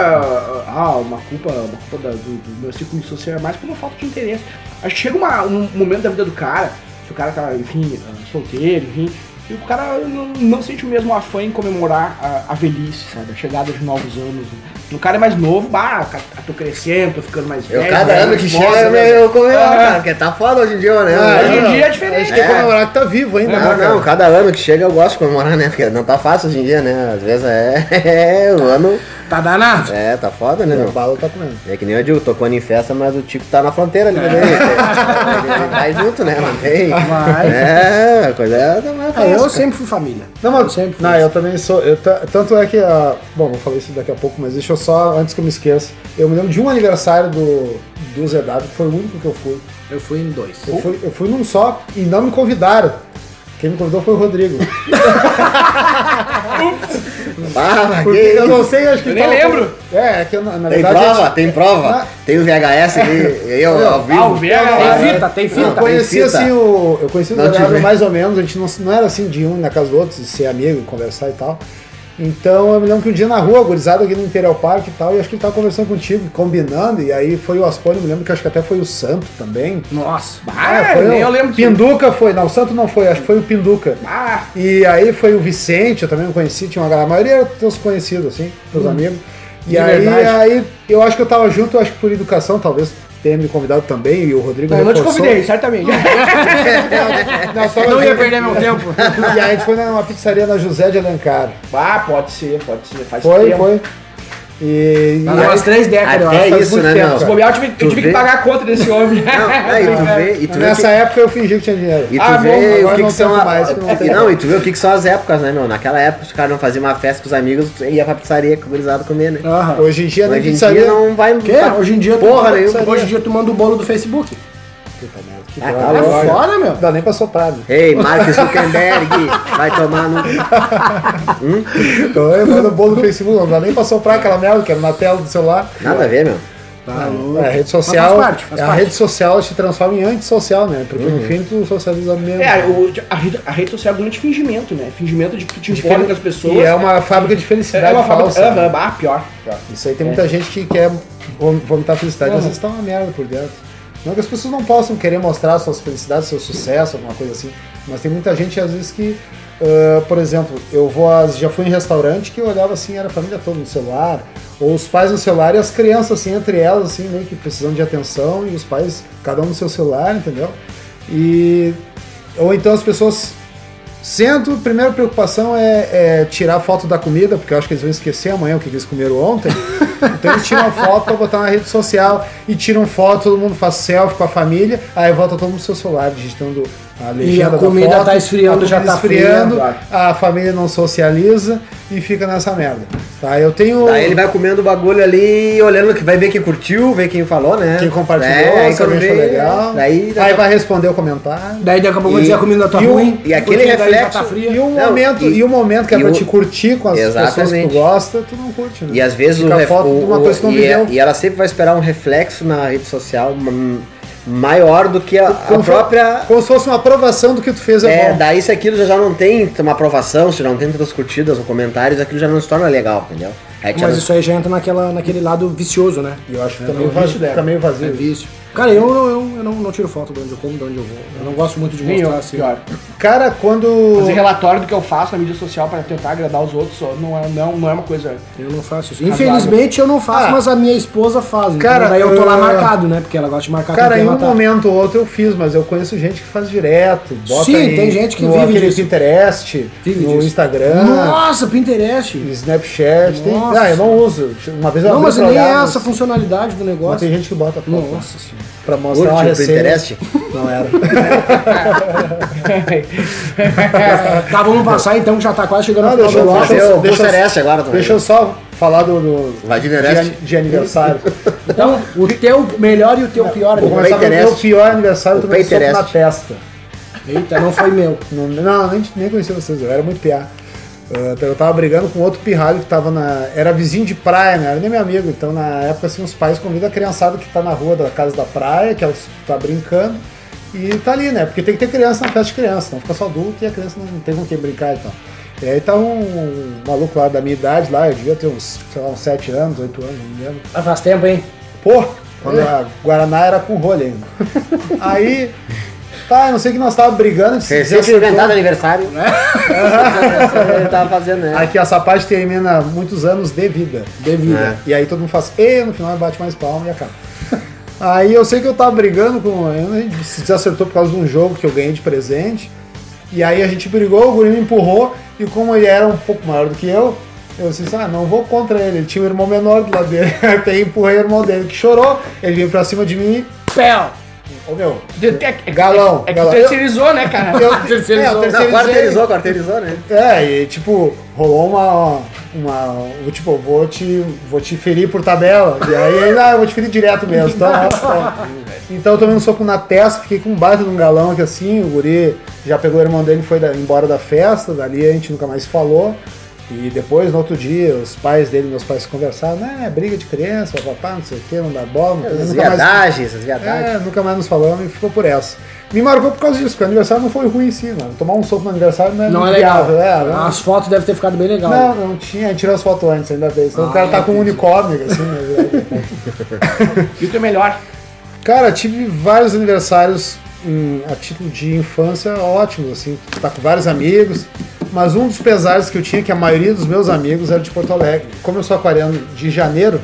B: ah, uma culpa, uma culpa da- do, do meu círculo social, é mais por uma falta de interesse. Acho que chega uma- um momento da vida do cara, se o cara tá, enfim,
D: É.
B: solteiro, enfim, que o cara não, não sente o mesmo afã em comemorar a, a velhice, sabe? A chegada de novos anos. né? O cara é mais novo, bah, ca- tô crescendo, tô ficando mais
A: Eu,
B: velho.
A: cada
B: né?
A: ano que
B: Nossa,
A: chega, eu,
B: né?
A: eu comemoro, cara, porque tá foda hoje em dia, né?
D: Ah,
B: Hoje
A: Eu-
B: em dia é
D: A
B: diferente.
D: gente quer
A: É.
D: comemorar que tá vivo ainda, né,
A: Não,
D: cara?
A: não, cada ano que chega eu gosto de comemorar, né? Porque não tá fácil hoje em dia, né? Às vezes é, o ano.
E: Tá danado.
A: É, tá foda, né?
D: O
A: Não?
D: balo tá comendo.
A: É que nem eu digo, tocando em festa, mas o Tico tá na fronteira ali também. Ele vai junto, né? Mantém.
E: Vai.
A: É, a coisa é. Não é
E: Ah, eu
A: fácil,
E: sempre fui família.
D: Não, mas,
E: Eu sempre fui
D: não, eu também sou. eu ta- tanto é que. ah, bom, vou falar isso daqui a pouco, mas deixa eu só, antes que eu me esqueça. Eu me lembro de um aniversário do, do ZW, que foi o único que eu fui.
E: Eu fui em dois.
D: Eu fui, eu fui num só e não me convidaram. Quem me convidou foi o Rodrigo.
A: Barra,
D: Porque
A: Ah, que
D: eu não sei, acho que.
B: Eu nem
D: tava-
B: lembro.
D: É, é que eu, na, na
A: Tem
D: verdade.
A: prova,
D: a gente-
A: tem prova.
D: Na-
A: Tem o VHS ali, eu ao vivo.
B: ao vivo.
E: Tem
D: Ah,
E: fita, tem
D: Eu
E: fita.
A: Não,
D: conheci
A: fita.
D: assim o. Eu conheci o
A: Não te
D: Leonardo
A: vi.
D: mais ou menos, a gente não, não era assim de um na casa do outro, de ser amigo, conversar e tal. Então eu me lembro que um dia na rua, gurizada aqui no Imperial Park e tal, e acho que ele tava conversando contigo, combinando, e aí foi o Aspone, eu me lembro que acho que até foi o Santo também.
E: Nossa.
B: Ah,
D: foi
B: nem
D: o
B: eu lembro disso.
D: Pinduca foi, não, o Santo não foi, acho que foi o Pinduca.
B: Ah,
D: E aí foi o Vicente, eu também não conheci, tinha uma galera, a maioria eram teus conhecidos, assim, teus
B: Hum.
D: amigos. E
E: De
D: aí,
E: verdade.
D: aí, eu acho que eu tava junto, acho que por educação, talvez tenha me convidado também, e o Rodrigo
B: não, eu não te
D: reforçou.
B: convidei, certamente. é.
D: Não, só
E: Não ia
D: junto.
E: perder meu tempo.
D: E aí a gente foi numa pizzaria na José de Alencar.
B: ah, pode ser, pode ser. Faz
D: Foi,
B: tempo.
D: foi. E, e
E: Há umas três décadas, eu
A: Até
E: acho.
D: faz
A: isso,
D: muito
A: né,
D: tempo,
A: meu?
B: Se
D: cara.
B: bobear, eu tive, eu
A: Tu
B: tive
A: vê?
B: que pagar a conta desse homem.
A: Não, é, e tu vê, e tu vê, o que-
D: Nessa época eu fingi que tinha dinheiro.
A: e tu
D: Ah, bom,
A: vê o
D: agora
A: que,
D: não
A: que são
D: tanto
A: a-
D: mais,
A: e
D: porque
A: não,
D: não tem.
A: e tu vê o que, que são as épocas, né, meu? Naquela época, se o cara não fazia uma festa com os amigos, tu ia pra pizzaria com o gurizado comer, né?
E: Aham.
D: Hoje em dia nem
A: Hoje em
D: pizzaria.
A: dia não vai.
E: Que?
A: tá-
E: Hoje em dia
A: Porra
E: tu,
A: nenhuma.
E: Hoje em dia tu manda o bolo do Facebook.
A: Ah,
E: É
A: tá
D: Olha,
A: louco.
D: olha.
E: fora, meu.
D: Não dá nem pra soprar. né?
A: Ei, Mark Zuckerberg, vai tomar no.
D: Então eu mando o bolo no Facebook, não dá nem pra soprar aquela merda que era na tela do celular.
A: Nada a ver, meu.
E: Tá
D: É,
E: louco.
D: a rede
E: Mas
D: social.
E: Faz parte, faz
D: a
E: parte.
D: rede social te transforma em antissocial, né? Porque no fim tu socializa mesmo.
B: É, o- a, rede, a rede social é um grande fingimento, né? Fingimento de que tu te
D: De
B: informa
D: fel-
B: com as pessoas.
D: E é uma fábrica de
B: É
D: felicidade
B: uma fábrica.
D: falsa.
B: Aham, ah, pior. pior.
D: Isso aí tem muita gente que quer vom- vomitar felicidade, às vezes tá uma merda por dentro. Não que as pessoas não possam querer mostrar suas felicidades, seu sucesso, alguma coisa assim, mas tem muita gente às vezes que, ah, por exemplo, eu vou às- já fui em restaurante que eu olhava assim, era a família toda no celular, ou os pais no celular e as crianças assim, entre elas assim, meio que precisando de atenção e os pais cada um no seu celular, entendeu? E ou então as pessoas Sendo, primeira preocupação é, é tirar a foto da comida, porque eu acho que eles vão esquecer amanhã o que eles comeram ontem. Então eles tiram a foto pra botar na rede social e tiram foto, todo mundo faz selfie com a família, aí volta todo mundo no seu celular digitando a legenda da
E: comida
D: foto,
E: tá esfriando,
D: a comida
E: já tá
D: esfriando,
E: fria,
D: a família não socializa e fica nessa merda. Tá, eu tenho.
A: Daí ele vai comendo o bagulho ali, olhando que vai ver quem curtiu, ver quem falou, né?
D: Quem compartilhou,
A: É, aí
D: se alguém
A: quando
D: achou
A: vê,
D: legal.
A: Daí,
D: aí vai responder o comentário.
E: Daí daqui a pouco eu vou dizer a comida tá
D: e o-
E: ruim.
A: e aquele
E: porque daí já
A: reflexo-
E: Tá fria.
D: E o,
A: Não,
D: momento,
A: e-
D: e, o momento que é
A: e
D: pra
A: o-
D: te curtir com as pessoas que
A: Exatamente.
D: tu gosta, tu não curte, né?
A: E às vezes
D: Fica
A: o,
D: a
A: ref-
D: foto
A: o-
D: de uma
A: o-
D: coisa que não
A: e, é-
D: viveu.
A: e ela sempre vai esperar um reflexo na rede social hum, maior do que a, a
D: Como se-
A: própria.
D: Como se fosse uma aprovação do que tu fez é,
A: É,
D: bom.
A: daí se aquilo já já não tem uma aprovação, se não tem tantas curtidas ou comentários, aquilo já não se torna legal, entendeu? Aí já
E: Mas
A: não-
E: isso aí já entra naquela, naquele lado vicioso, né?
D: E eu acho que tá
E: É,
D: meio
E: o vício
D: vazio.
E: dela.
D: Tá meio vazio.
E: É vício. Cara, eu, eu, eu não, não tiro foto de onde eu como, de onde eu vou. Eu não gosto muito de
B: Nem eu,
E: mostrar assim.
B: pior.
D: Cara, quando.
B: Fazer relatório do que eu faço na mídia social pra tentar agradar os outros só não é, não, não é uma coisa.
E: Eu não faço isso. Infelizmente eu não faço,
D: Ah.
E: mas a minha esposa faz. Então
D: Cara,
E: daí eu tô lá
D: eu-
E: marcado, né? Porque ela gosta de marcar
D: Cara,
E: quem
D: em
E: quer
D: um
E: matar.
D: momento ou outro eu fiz, mas eu conheço gente que faz direto. Bota
E: Sim,
D: em-
E: tem gente que
D: no
E: vive
D: aquele
E: disso.
D: Pinterest,
E: Vive
D: no
E: disso.
D: Instagram,
E: Nossa, Pinterest.
D: Snapchat. Tem...
E: Nossa.
D: Ah, eu não uso. Uma vez eu
E: Não,
D: abri
E: mas
D: pra
E: nem é
D: olhar, mas-
E: essa a funcionalidade
D: Mas
E: do
D: tem
E: negócio.
D: gente que bota foto
E: Nossa senhora.
D: pra mostrar é uma
A: Curte o
D: receita.
A: Pinterest?
D: Não era.
E: Tá, vamos passar então, que já tá quase chegando
D: Não,
E: no
D: deixa
E: final
D: eu
E: do bloco.
A: Ah, fazer
D: deixa eu-
A: o
D: deixa eu-
A: Pinterest agora também.
D: Deixa eu só falar do. do-
A: Vai de
D: de,
A: Pinterest.
D: de aniversário.
E: Então, o teu melhor e o teu pior
D: Vou
E: aniversário.
D: começar pelo
A: Pinterest.
D: meu pior aniversário,
A: O
D: tu me deu soco na
A: Pinterest.
D: testa.
E: Eita, não foi meu.
D: Não, não nem, nem conhecia vocês, eu era muito piá. Uh, eu tava brigando com outro pirralho que tava na. Era vizinho de praia, né? Era nem meu amigo. Então, na época, assim, os pais convidam a criançada que tá na rua da casa da praia, que ela tá brincando, e tá ali, né? Porque tem que ter criança na festa de criança, não fica só adulto e a criança não tem com quem brincar e tal. E aí tá um maluco lá da minha idade, lá, eu devia ter uns, sei lá, uns 7 anos, 8 anos, não me lembro.
E: Ah, faz tempo, hein?
D: Pô, quando a Guaraná era com rolha ainda. Aí, tá, eu não sei que nós tava brigando, de
A: Recente inventado aniversário.
D: É.
A: Ele tava fazendo, né?
D: Aqui essa parte termina muitos anos de vida.
E: De
A: É.
E: vida.
D: E aí todo mundo faz, e no final bate mais palma e acaba. Aí eu sei que eu tava brigando com. A gente se desacertou por causa de um jogo que eu ganhei de presente. E aí a gente brigou, o guri me empurrou, e como ele era um pouco maior do que eu, eu disse, ah, não vou contra ele. Ele tinha um irmão menor do lado dele. Até empurrei o irmão dele que chorou, ele veio pra cima de mim.
E: Pel!
D: Ô meu,
B: É,
D: Galão,
B: É, é, é que
D: galão.
B: tu terceirizou, né, cara?
D: eu,
E: Terceirizou.
D: é, eu
E: Não,
A: Não,
D: terceirizei.
A: quarteirizou, quarteirizou, né?
D: É, e tipo, rolou uma. uma tipo, eu vou te, vou te ferir por tabela. E aí ainda ah, eu vou te ferir direto mesmo. Então, é. então eu tomei um soco na testa, fiquei com um baita de um galão aqui assim, o guri já pegou o irmão dele e foi da- embora da festa, dali a gente nunca mais falou. E depois, no outro dia, os pais dele, meus pais conversaram, né, briga de criança, papá, não sei o que, não dá bola, não
A: As
D: nunca mais,
A: viadagens, as viadagens.
D: é, nunca mais nos falamos e ficou por essa. Me marcou por causa disso, porque o aniversário não foi ruim em si, mano. Tomar um soco no aniversário não é,
E: Não
D: muito
E: é legal.
D: viável, é, não-
E: As fotos devem ter ficado bem legal.
D: não, não tinha, a gente tirou as fotos antes ainda bem. Senão o
E: Ah,
D: cara tá com um
E: entendi.
D: unicórnio, assim. né?
B: E o teu melhor?
D: cara, tive vários aniversários hum, a título de infância ótimos, assim. Tá com vários amigos. Mas um dos pesares que eu tinha, que a maioria dos meus amigos era de Porto Alegre. Como eu sou aquariano de janeiro,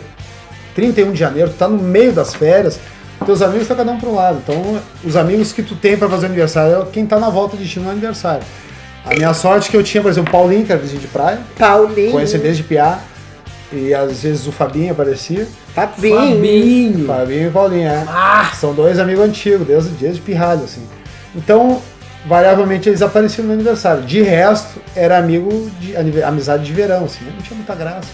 D: 31 de janeiro, tu tá no meio das férias, teus amigos estão cada um para um lado. Então, os amigos que tu tem para fazer aniversário é quem tá na volta de ti no aniversário. A minha sorte é que eu tinha, por exemplo, o Paulinho, que era vizinho de praia,
A: Paulinho.
D: Conheci desde piá. E às vezes o Fabinho aparecia.
A: Fabinho.
E: Fabinho.
D: Fabinho e Paulinho, é.
E: Ah.
D: São dois amigos antigos, desde dias de pirralho, assim. Então, variavelmente eles apareciam no meu aniversário. De resto, era amigo de anive- amizade de verão, assim. Não tinha muita graça.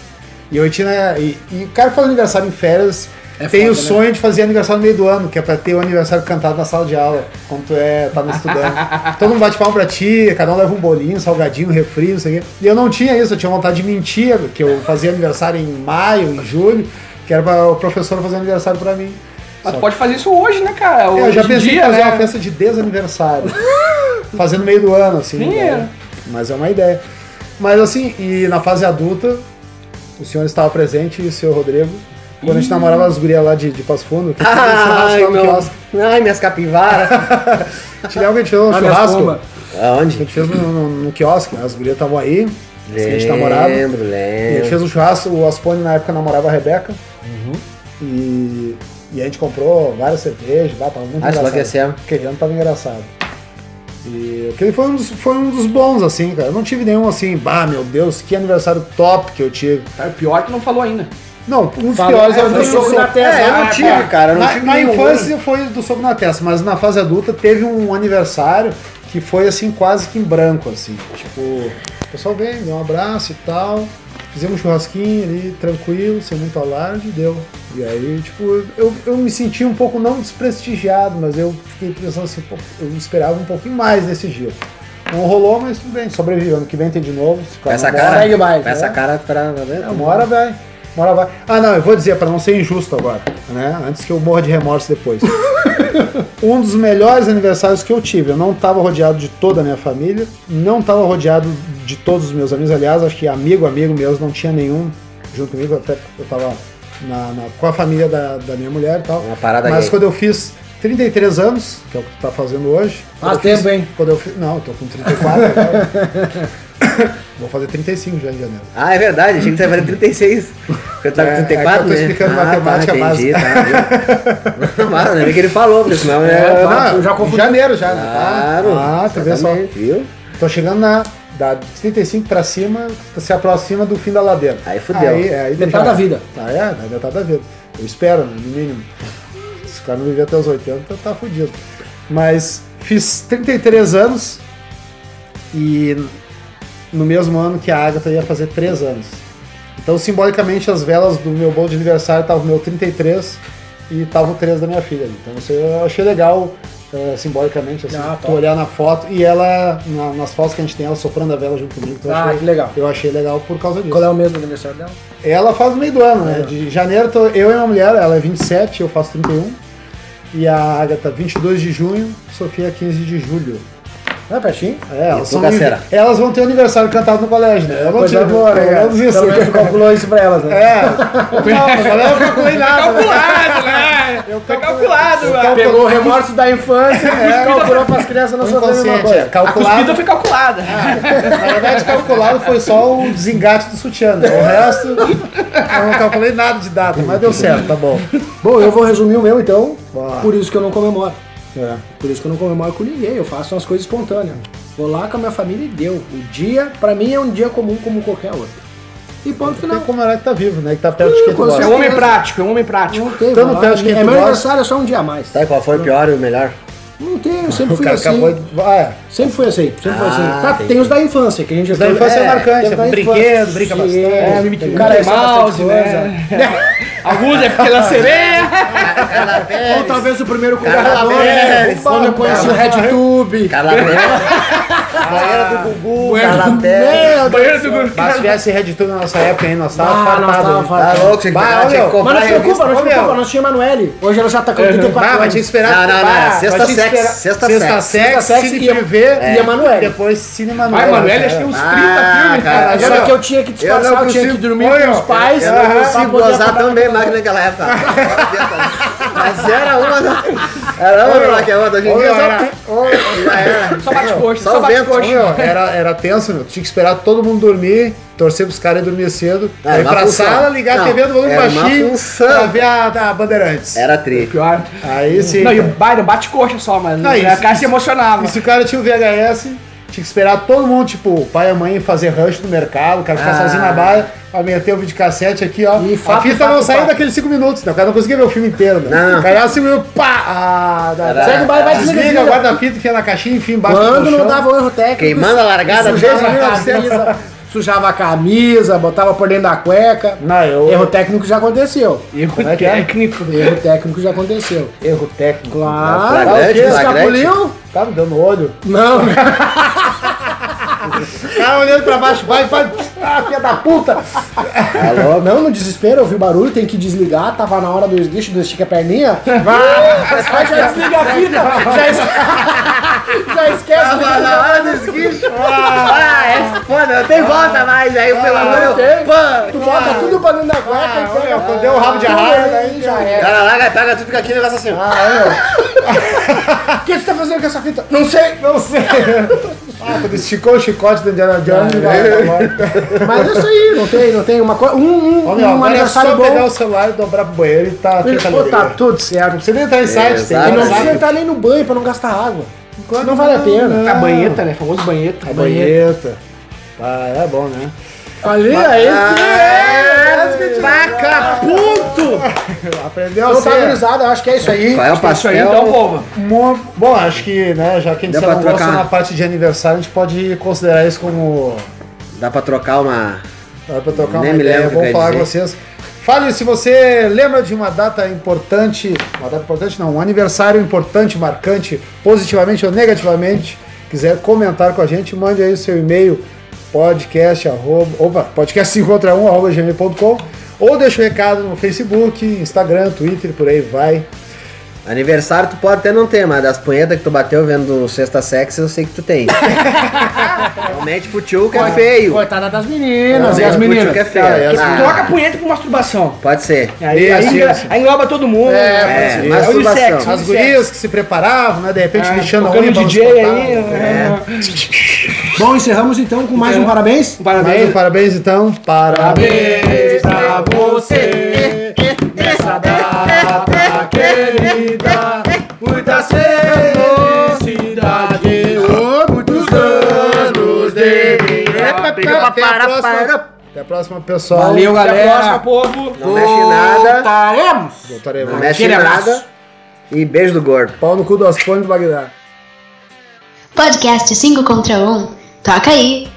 D: E eu tinha. E, e o cara que faz aniversário em férias
E: É
D: tem
E: foda,
D: o
E: né?
D: sonho de fazer aniversário no meio do ano, que é pra ter o aniversário cantado na sala de aula, quando tu é, tá no estudando. Todo mundo bate palma pra ti, cada um leva um bolinho, salgadinho, refri, isso aqui. E eu não tinha isso, eu tinha vontade de mentir, que eu fazia aniversário em maio, em julho, que era pra o professor fazer aniversário pra mim. É,
B: Mas tu pode fazer isso hoje, né, cara? Hoje
D: Eu já
B: em
D: pensei
B: dia,
D: em fazer
B: né?
D: uma festa de desaniversário. fazer no meio do ano, assim.
B: Nem
D: né?
B: era.
D: Mas é uma ideia. Mas assim, e na fase adulta, o senhor estava presente e o senhor Rodrigo. Quando a gente namorava as gurias lá de, de Passo Fundo, que a gente fez um churrasco
A: Ai,
D: lá no
A: meu.
D: quiosque.
A: Ai, minhas capivaras.
D: A gente lembra que a gente fez um
E: Ah, minhas
D: churrasco.
E: pombas.
D: A
A: Aonde?
D: gente fez no, no- no quiosque, né? as gurias estavam aí, as que a gente tá namorava. E
A: Lembro,
D: a gente
A: lembro.
D: fez um churrasco, o Aspone na época namorava a Rebeca.
A: Uhum.
D: E, e a gente comprou várias cervejas, lá, tava muito
A: Acho lá que
D: engraçado.
A: esse é.
D: Aquele ano tava engraçado. E aquele foi um, dos, foi um dos bons, assim, cara. Eu não tive nenhum assim, bah, meu Deus, que aniversário top que eu tive.
B: Cara, É o pior que não falou ainda.
D: Não, um dos
E: Falou,
D: piores
E: é,
D: era
E: foi
D: o
E: soco na testa.
D: É, eu não
B: Ah,
D: tive,
B: é.
D: cara. eu não
A: Na-
D: tive
A: na
D: nenhum.
A: infância
D: foi do soco na testa, mas na fase adulta teve um aniversário que foi assim, quase que em branco, assim. Tipo, o pessoal veio, deu um abraço e tal. Fizemos um churrasquinho ali, tranquilo, sem muito alarde, deu. E aí, tipo, eu, eu me senti um pouco não desprestigiado, mas eu fiquei pensando assim, pô, eu esperava um pouquinho mais nesse dia. Não rolou, mas tudo bem, sobreviveu. Ano que vem tem de novo. se o
A: Com
D: cara
A: essa
D: não
A: cara.
D: morre,
A: Com essa cara pra. né?
D: é, uma hora vai. Uma hora vai. Ah, não, eu vou dizer, pra não ser injusto agora, né? Antes que eu morra de remorso depois. um dos melhores aniversários que eu tive. Eu não tava rodeado de toda a minha família, não tava rodeado de todos os meus amigos. Aliás, acho que amigo, amigo meus, não tinha nenhum junto comigo, até eu tava na- na- com a família da, da minha mulher e tal.
A: Uma parada
D: Mas
A: gay.
D: quando eu fiz 33 anos, que é o que tu tá fazendo hoje.
E: Faz
D: quando eu fiz-
E: tempo, hein?
D: Quando eu fiz, não, eu tô com 34 agora. Vou fazer 35 já em janeiro.
A: Ah, é verdade, achei que você ia fazer 36. Eu tava
D: É,
A: com
D: é que
A: 34,
D: eu tô
A: né?
D: explicando
A: ah,
D: matemática
A: tá, entendi, tá, viu? Mas, né, que ele falou, porque senão é...
E: É, tá. eu já
D: Ah, em
E: confundi.
D: janeiro já. né?
A: Claro.
D: Ah, tá vendo só?
A: exatamente, Viu?
D: Tô chegando na da 35 pra cima, se aproxima do fim da ladeira.
A: Aí fudeu.
D: Aí, é, aí
E: Metade
D: já-
E: da vida.
D: Ah, é, é metade da vida. Eu espero, no mínimo. Se o cara não viver até os 80, tá fudido. Mas fiz 33 anos e no mesmo ano que a Agatha ia fazer 3 anos. Então, simbolicamente, as velas do meu bolo de aniversário estavam o meu 33 e estavam 3 da minha filha. ali. Então, isso eu achei legal, eh, simbolicamente, assim,
E: Ah,
D: tu
E: top.
D: olhar na foto. E ela, na- nas fotos que a gente tem, ela soprando a vela junto comigo. Então, eu
E: Ah,
D: achei-
E: que legal.
D: Eu achei legal por causa disso.
E: Qual é o mesmo aniversário dela?
D: Ela faz no meio do ano, né? De janeiro tô- eu e uma mulher, ela é 27, eu faço 31. E a Agatha, 22 de junho, Sofia, 15 de julho.
E: Não é pertinho?
D: É,
A: E tu,
D: elas, são
A: Cacera?
D: elas vão ter o aniversário cantado no colégio, né? Eu não
E: Pois é,
D: tive agora,
E: é,
D: é, isso.
E: Pelo menos tu calculou isso pra elas, né?
D: É, não, mas eu não calculei nada. né?
B: Calculado, né? Foi calculado,
D: calculo-
B: mano.
E: Pegou o remorso da infância e
D: É.
E: calculou pras crianças não
D: Foi
E: sofrerem a mesma
D: inconsciente, é,
E: coisa.
B: A cuspida
D: calculado.
B: foi calculada.
D: Na verdade, calculado foi só o desengate do sutiã, né? O resto, eu não calculei nada de data, mas deu certo, tá bom.
E: Bom, eu vou resumir o meu então.
D: Bora.
E: Por isso que eu não comemoro.
D: É.
E: Por isso que eu não comemoro com ninguém, eu faço umas coisas espontâneas. Vou lá com a minha família e deu. O dia, pra mim, é um dia comum como qualquer outro. E ponto
D: Tem
E: final.
D: que comemorar que tá vivo, né? Que tá perto de quem tu
E: com
B: É
D: gosta.
B: um homem prático, é um homem prático.
E: Não tem,
D: Tanto
E: vou lá.
D: então perde quem
E: é
D: tu
E: meu
D: gosta.
E: aniversário, é só um dia a mais.
A: Sabe Tá, qual foi o pior e o melhor?
E: Não tem, eu sempre
D: O
E: fui
D: cara
E: assim.
D: acabou de. Ah, é.
E: Sempre foi assim, sempre foi assim.
A: Ah,
E: Tá,
A: entendi.
E: tem os da infância, que a gente já
D: Os da infância é marcante,
E: tem os da
D: brinquedo,
E: infância.
D: brinca
E: Sim,
D: bastante.
E: é,
D: Mickey
E: tem
D: Mouse,
E: cara que
B: Mickey
E: sai bastante
B: Mouse,
E: coisa.
B: né? Alguns é porque ela sereia.
E: Ou talvez o primeiro
A: Carla
D: é,
E: computador, né?
A: Pérez,
E: Quando eu conheci o RedTube.
A: Carla Pérez. banheira do Gugu, né,
D: Banheiro do-
A: Carlaté.
D: Meu Deus
B: Banheiro
D: do céu.
B: do Gugu.
D: Mas se tivesse reeditor na nossa época, hein? Nós tava né?
E: Ah, nós
D: fartado,
E: tava
D: hein?
A: Tá louco, tinha que
D: Vai,
A: pegar,
D: ô,
A: tinha que
D: meu.
E: Mas
A: comprar
E: não se preocupa, não se
A: revista. Ô, meu,
E: preocupa, nós tinha a Emanuele. Hoje ela já tá com 34
D: Bah, Ah, mas
E: anos.
D: tinha que esperar.
A: Não, não, não,
D: bah,
A: sexta
D: mas tinha que
A: sex,
D: esperar- Sexta
A: sexta sex.
D: sex,
E: Sexta sex
D: Cine
E: e a-
D: Privé
E: e a Manuela.
D: Depois Cine É. Manuela.
B: Vai, mano, ele
D: cara.
B: tem uns 30
A: Ah,
B: é filmes,
A: cara,
B: cara.
A: eu
E: Só
A: não-
E: que eu tinha que
D: eu
E: disfarçar,
D: não
E: eu tinha que
D: consigo-
E: dormir
D: Olha,
E: com os pais.
A: Eu não
E: pra
A: consigo
E: poder
A: gozar
E: acordar.
A: tão bem mais que naquela época. Mas era uma da... Era uma lá que a outra. Hoje em
D: Ô,
A: dia é
D: meu,
A: só-
D: era- ô,
A: já era.
B: Só bate coxa,
A: Só
B: só
A: o
B: bate
A: vento,
D: ô,
B: coxa.
D: meu, Era era tenso, meu. Tinha que esperar todo mundo dormir, torcer pros caras dormir cedo,
A: Ah,
D: pra ir
A: uma
D: pra
A: função.
D: sala, ligar
A: Não,
D: a TV do volume
A: era uma
D: baixinho
A: função. É.
D: pra ver a a Bandeirantes.
A: né? Era tri.
B: Pior.
D: Aí sim.
B: Não, e
D: cara.
B: o Byron bate coxa só, mano.
D: Não,
B: a
D: isso-
B: cara se emocionava.
D: E se o cara tinha o VHS, tinha que esperar todo mundo, tipo, o pai e a mãe fazer rancho no mercado, o cara ficar
A: Ah.
D: sozinho na baia, pra meter o videocassete aqui, ó.
E: E
D: a
E: fato,
D: fita
E: fato,
D: não saía
E: fato.
D: daqueles 5 minutos, né? O cara não conseguia ver o filme inteiro, né?
A: Não.
D: O cara era assim, meu, pá! Ah, dá-
A: Era-
D: sai do bairro, vai
A: era-
D: desliga,
E: desliga.
D: guarda a fita, enfia na caixinha, enfia embaixo do
E: Quando não
D: colchão.
E: dava o erro técnico.
A: Queimando a largada
E: sujava
A: desde
E: a camisa, sujava a camisa, botava por dentro da cueca.
D: Não, eu...
E: Erro técnico já aconteceu.
B: Erro
D: Como é que é?
B: técnico.
E: Erro técnico já aconteceu.
D: Erro técnico.
E: Claro,
A: Flagrante,
E: o quê?
A: flagrante.
E: escapuliu?
D: O cara Tá me dando olho.
E: Não,
D: O cara Tá olhando pra baixo, vai, vai. Ah, filha da puta!
A: Alô,
E: não, no desespero, eu vi o barulho, tem que desligar, tava na hora do deixa, do estica a perninha. Vai, já desliga a fita, já, es- já esquece.
A: Tava na hora dos guichos. Ah, é foda, não tem volta mais aí,
E: Ah,
A: pelo amor de
E: tem.
A: Deus. Pô,
E: Tu bota tudo pra dentro da cueca então. e pega.
D: Ah, olha, quando deu o rabo de né? arraia,
E: daí já
A: o
E: era.
A: cara larga, pega tudo, fica aqui, negócio assim. ó.
E: O que tu tá fazendo com essa fita? Não sei, não sei.
D: Ah, quando esticou o chicote do Indiana Jones, vai, vai.
E: Mas é isso aí, não tem, não tem uma coisa. Um, um,
D: Ó, meu,
E: um
D: agora é só
E: aniversário bom.
D: pegar o celular e dobrar pro banheiro e tá É,
E: Ele,
D: fica
E: pô, tá
D: livre.
E: tudo certo.
D: Não precisa nem entrar em site, tem
B: Ah,
A: exato.
E: E
D: que usar.
E: não
B: é-
E: precisa entrar nem no banho pra não gastar água.
D: Claro
E: não vale a pena.
D: não.
B: A banheta, né? Famoso banheta.
D: A banheta. Ah, é bom, né?
E: Ali, aí
B: Ah,
D: É
A: Vagabundo!
D: Aprendeu a
E: Então tá,
D: ser.
E: gurizada, eu acho que é isso aí.
A: Qual é o
B: Isso aí,
A: pastel?
B: então, povo.
D: mo- Bom, acho que, né, já que a gente
A: Deu
D: se
A: pra
D: alongou só
A: trocar.
D: na parte de aniversário, a gente pode considerar isso como.
A: Dá pra trocar uma.
D: Dá pra trocar
A: Nem
D: uma
A: me
D: ideia.
A: lembro o
D: Vamos
A: que eu ia
D: falar com vocês. Fale se você lembra de uma data importante, uma data importante não, um aniversário importante, marcante, positivamente ou negativamente. Quiser comentar com a gente, mande aí o seu e-mail, podcast, arroba, opa, podcast 5 contra 1, arroba gmail.com, ou deixa o recado no Facebook, Instagram, Twitter, por aí vai.
A: Aniversário tu pode até não ter, mas das punhetas que tu bateu vendo Sexta Sex, eu sei que tu tem. Realmente pro tio que é feio.
E: Coitada das meninas. e
A: Não,
E: as
A: pro tio
E: meninas.
A: que é feio.
D: Ah, e as
A: Ah,
B: Troca a punheta por masturbação.
A: Pode ser.
B: Aí, aí
D: Isso,
B: engla-
D: isso.
B: aí engloba todo mundo.
A: É,
D: pode ser.
B: é
A: masturbação.
B: unissex.
D: As gurias que se preparavam, né, de repente
B: Ah,
D: deixando a
B: tocando
D: onda,
B: DJ
D: vamos
B: aí.
D: escutar.
B: né?
E: Bom, encerramos então com mais um parabéns.
B: Um
D: Mais um
B: Parabéns.
D: parabéns então, parabéns pra você nessa data querida, muitas felicidades, oh, muitos anos de vida. É Até a próxima, até a próxima pessoal.
E: Valeu,
B: Até
E: galera.
B: a próxima, povo.
A: Não mexe em nada.
E: Voltaremos.
A: Não
D: Voltaremos.
A: mexe em
E: Aquele abraço.
A: nada. E beijo do gordo.
D: Pau no cu do Aspone do Bagdá.
C: Podcast 5 contra 1. Toca aí!